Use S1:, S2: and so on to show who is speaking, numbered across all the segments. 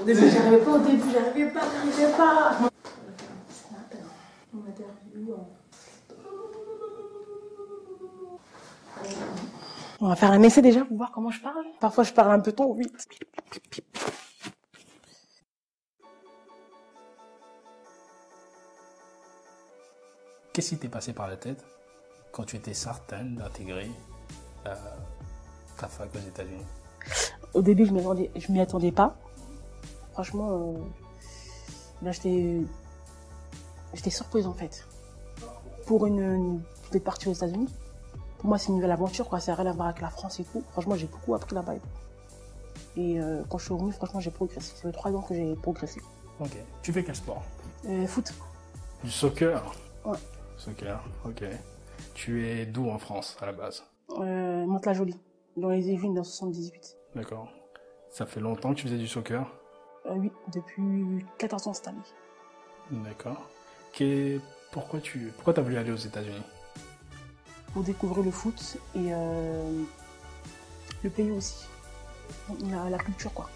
S1: Au début, j'arrivais pas, au début, j'arrivais pas, j'arrivais pas. C'est un père. Mon interview. euh. On va faire un essai déjà pour voir comment je parle. Parfois, je parle un peu trop vite.
S2: Qu'est-ce qui t'est passé par la tête quand tu étais certaine d'intégrer euh, ta fac aux États-Unis
S1: Au début, je m'y attendais, je m'y attendais pas. Franchement, euh, là, j'étais, j'étais surprise en fait. Pour une, une petite partie aux États-Unis, pour moi, c'est une nouvelle aventure, quoi. Ça n'a rien à voir avec la France et tout. Franchement, j'ai beaucoup appris là-bas. et tout. Et euh, quand je suis revenue, franchement, j'ai progressé. Ça fait trois ans que j'ai progressé.
S2: Ok. Tu fais quel sport
S1: Euh, foot,
S2: Du soccer
S1: Ouais.
S2: Soccer, ok. Tu es d'où en France à la base
S1: euh, la jolie dans les Yvelines, dans 78.
S2: D'accord. Ça fait longtemps que tu faisais du soccer
S1: Euh, oui, depuis 14 ans cette année.
S2: D'accord. Qu'est- Pourquoi tu pourquoi as voulu aller aux États-Unis
S1: pour découvrir le foot et euh, le pays aussi. La, la culture, quoi.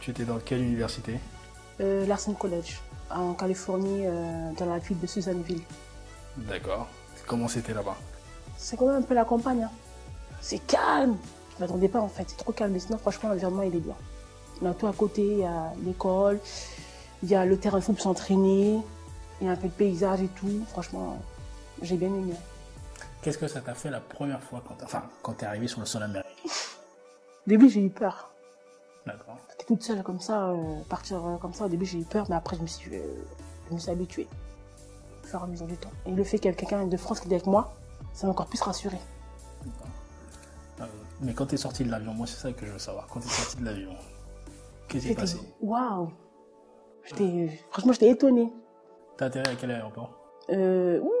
S2: Tu étais dans quelle université
S1: Euh, Larson College, en Californie, euh, dans la ville de Susanville.
S2: D'accord. Comment c'était là-bas
S1: C'est quand même un peu la campagne. hein. C'est calme. Je m'attendais pas, en fait. C'est trop calme. Mais sinon, franchement, l'environnement, il est bien. On a tout à côté. Il y a l'école, il y a le terrain de foot pour s'entraîner, il y a un peu de paysage et tout. Franchement, j'ai bien aimé.
S2: Qu'est-ce que ça t'a fait la première fois quand, enfin, quand t'es arrivé sur le sol américain
S1: Au début, j'ai eu peur.
S2: D'accord.
S1: J'étais toute seule comme ça, euh, partir euh, comme ça. Au début, j'ai eu peur, mais après, je me suis, euh, je me suis habituée au fur et à mesure du temps. Et le fait qu'il y avait quelqu'un de France qui était avec moi, ça m'a encore plus rassurée.
S2: Euh, mais quand t'es sorti de l'avion, moi c'est ça que je veux savoir. Quand t'es sorti de l'avion, qu'est-ce qui s'est
S1: J'étais-
S2: passé
S1: Waouh J'étais- Franchement, j'étais étonnée.
S2: T'as atterri à quel aéroport
S1: Euh, ouh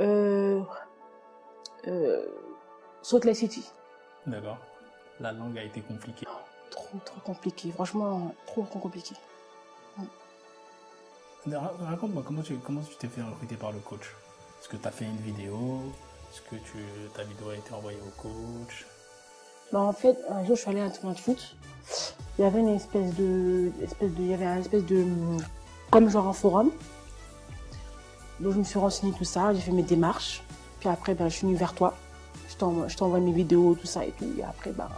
S1: euh, euh, Salt Lake City.
S2: D'accord. La langue a été compliquée.
S1: Trop, trop compliqué. Franchement, trop, trop compliqué.
S2: Ra- Raconte-moi comment tu comment tu t'es fait recruter par le coach. Est-ce que t'as fait une vidéo Est-ce que tu, ta vidéo a été envoyée au coach
S1: Bah, en fait, un jour, je suis allée à un tournoi de foot. Il y avait une espèce de, espèce de, il y avait un espèce de, comme genre un forum. Donc, je me suis renseignée tout ça, j'ai fait mes démarches. Puis après, ben, je suis venue vers toi. Je t'envoie je t'envoie mes vidéos, tout ça et tout. Et après, ben,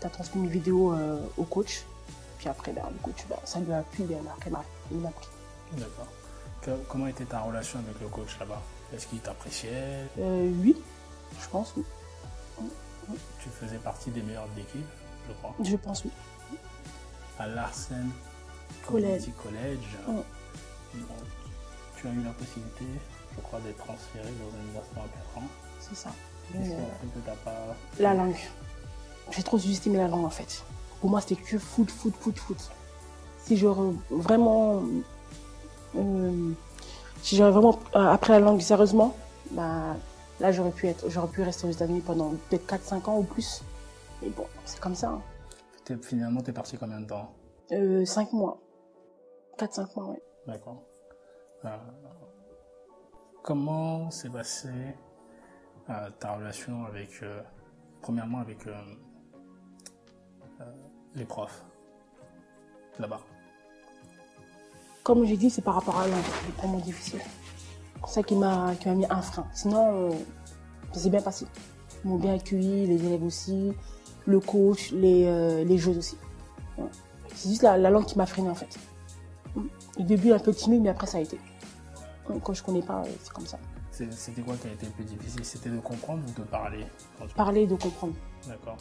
S1: t'as transmis une vidéo euh, au coach. Puis après, ben, le coach, ben, ça lui a plu, ben, après, ben, il m'a pris.
S2: D'accord. Que- Comment était ta relation avec le coach là-bas Est-ce qu'il t'appréciait
S1: Euh, oui, je pense, oui.
S2: Tu faisais partie des meilleurs de l'équipe, je crois.
S1: Je pense, oui.
S2: À Larsen
S1: Collège.
S2: Community College.
S1: Oui.
S2: Donc, tu as eu la possibilité, je crois, d'être transféré dans un université en 4 ans.
S1: C'est ça.
S2: Est-ce
S1: Mais, euh,
S2: que- que t'as pas...
S1: La langue. J'ai trop sous-estimé la langue en fait. Pour moi, c'était que foot, foot, foot, foot. Si j'aurais vraiment. euh, si j'aurais vraiment euh, appris la langue sérieusement, bah, là j'aurais pu, être, j'aurais pu rester aux États-Unis pendant peut-être 4-5 ans ou plus. Mais bon, c'est comme ça. hein.
S2: T'es- Finalement, t'es parti combien de temps
S1: 5 mois. 4-5 mois, ouais.
S2: D'accord. Euh, comment s'est passée euh, ta relation avec, euh, premièrement, avec euh, euh, les profs là-bas
S1: Comme j'ai dit, c'est par rapport à la langue. C'est vraiment difficile. C'est ça qui m'a, qui m'a mis un frein. Sinon, euh, ça s'est bien passé. Ils m'ont bien accueilli, les élèves aussi, le coach, les, euh, les joueuses aussi. Ouais. C'est juste la, la langue qui m'a freiné en fait. Mm. Au début, un peu timide, mais après, ça a été. Mm, Quand je connais pas, euh, c'est comme ça.
S2: C'est- C'était quoi qui a été le plus difficile C'était de comprendre ou de parler quand tu-
S1: Parler et de comprendre.
S2: D'accord.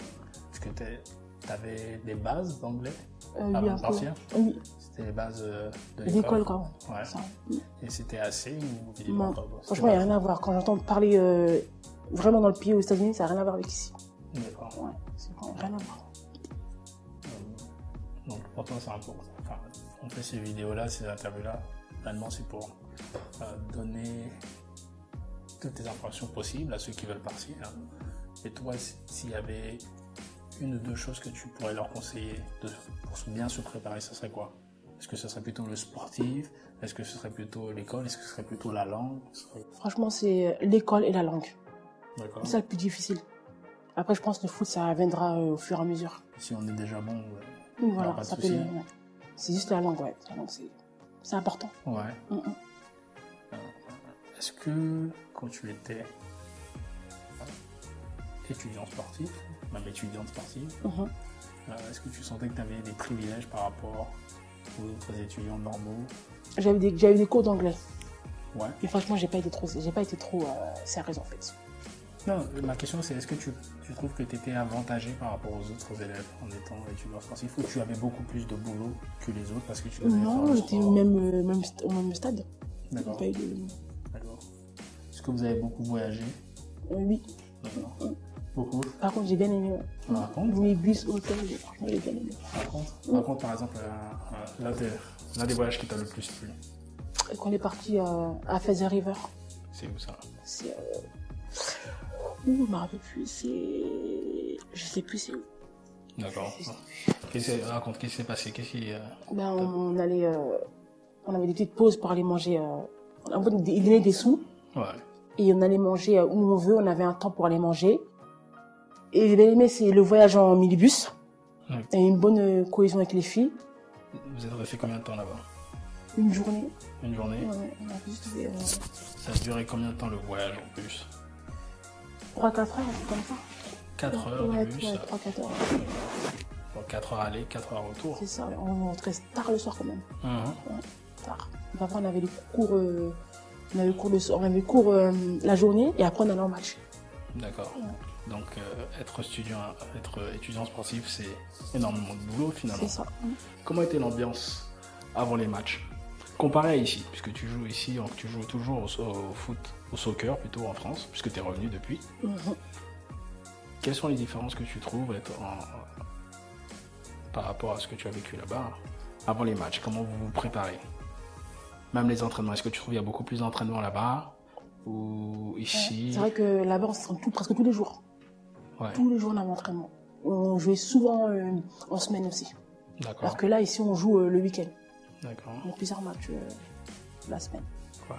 S2: Parce que t'es- t'avais des bases d'anglais
S1: Euh, oui,
S2: avant
S1: un
S2: de
S1: peu.
S2: partir
S1: Oui,
S2: C'était les bases euh, de
S1: l'école
S2: l'école
S1: quoi.
S2: Ouais.
S1: Ça. Mm.
S2: Et c'était assez ou
S1: Non.
S2: Ah, pas-
S1: Franchement, il n'y a rien à voir. Quand j'entends parler euh, vraiment dans le pays aux États-Unis, ça n'a rien à voir avec ici.
S2: D'accord.
S1: Ouais, c'est vraiment rien à voir.
S2: Euh, Donc pour toi c'est important. Enfin, on fait ces vidéos-là, ces interviews-là. Finalement c'est pour euh, donner toutes les informations possibles à ceux qui veulent partir. Et toi, s- s'il y avait une ou deux choses que tu pourrais leur conseiller de- pour se- bien se préparer, ça serait quoi Est-ce que ce serait plutôt le sportif Est-ce que ce serait plutôt l'école Est-ce que ce serait plutôt la langue Ce serait-
S1: Franchement, c'est euh, l'école et la langue.
S2: D'accord.
S1: C'est ça le plus difficile. Après, je pense que le foot, ça viendra euh, au fur et à mesure.
S2: Si on est déjà bon, ouais,
S1: Oui,
S2: Non,
S1: voilà,
S2: pas de
S1: ça peut le-
S2: souci.
S1: ouais. C'est juste la langue, ouais. La langue, c'est c'est important.
S2: Ouais.
S1: Mm, mm.
S2: Est-ce que quand tu étais étudiant sportif, même étudiante sportive,
S1: Mhm.
S2: euh, est-ce que tu sentais que tu avais des privilèges par rapport aux autres étudiants normaux
S1: J'ai eu des, j'ai eu des cours d'anglais.
S2: Ouais.
S1: Mais franchement, j'ai pas été trop, j'ai pas été trop euh, sérieuse en fait.
S2: Non, ma question c'est est-ce que tu, tu trouves que tu étais avantagé par rapport aux autres élèves en étant étudiant sportif ou tu avais beaucoup plus de boulot que les autres parce que tu devais faire
S1: Non,
S2: le
S1: j'étais
S2: sport Ah.
S1: même, euh, même st- au même stade.
S2: D'accord.
S1: Pas eu de-
S2: D'accord. Est-ce que vous avez beaucoup voyagé
S1: Euh, oui.
S2: D'accord. Beaucoup
S1: Par contre, j'ai bien aimé. ouais.
S2: Raconte.
S1: Mes bus, hôtels, j'ai- franchement, j'ai bien aimé.
S2: Raconte, raconte par exemple un- un- l'un des, l'un des voyages qui t'a le plus plu.
S1: Et Quand on est parti euh, à Phaser River,
S2: C'est où ça
S1: c'est. Euh... Ouh, je me rappelle plus, c'est. Je sais plus c'est où.
S2: D'accord. Qu'est-ce- Raconte, qu'est-ce qui s'est passé Qu'est-ce qui. euh,
S1: Ben, on, on allait. euh, On avait des petites pauses pour aller manger. euh, En fait, ils donnaient des sous.
S2: Ouais.
S1: et on allait manger euh, où on veut, on avait un temps pour aller manger. Et j'ai bien aimé, c'est le voyage en minibus.
S2: Ouais.
S1: Et une bonne euh, cohésion avec les filles.
S2: Vous êtes resté combien de temps là-bas
S1: Une journée,
S2: Une journée
S1: on on a juste fait euh,
S2: Ça a duré combien de temps le voyage en plus
S1: 3-4 heures, un truc comme ça.
S2: 4 heures
S1: ouais,
S2: de bus.
S1: 3-4 heures,
S2: 4 heures aller, 4 heures retour.
S1: c'est ça. On rentrait tard le soir quand même,
S2: Mhm.
S1: tard. Donc après, on avait les cours, euh, on avait cours, le soir, on avait cours euh, la journée et après on allait en match.
S2: D'accord. Donc euh, être, étudiant, être étudiant sportif, c'est énormément de boulot finalement.
S1: C'est ça.
S2: Comment était l'ambiance avant les matchs Comparé à ici, puisque tu joues ici, en- tu joues toujours au, so- au foot, au soccer plutôt en France, puisque tu es revenu depuis.
S1: Mhm.
S2: Quelles sont les différences que tu trouves être en- par rapport à ce que tu as vécu là-bas avant les matchs Comment vous vous préparez Même les entraînements, est-ce que tu trouves qu'il y a beaucoup plus d'entraînements là-bas ou ici
S1: C'est vrai que là-bas on s'entraîne tout- presque tous les jours.
S2: Ouais,
S1: Tous les jours on avait entraînement. On jouait souvent euh, en semaine aussi.
S2: d'accord.
S1: Alors que là, ici, on joue euh, le week-end.
S2: D'accord.
S1: On a plusieurs matchs euh, la semaine.
S2: Ouais.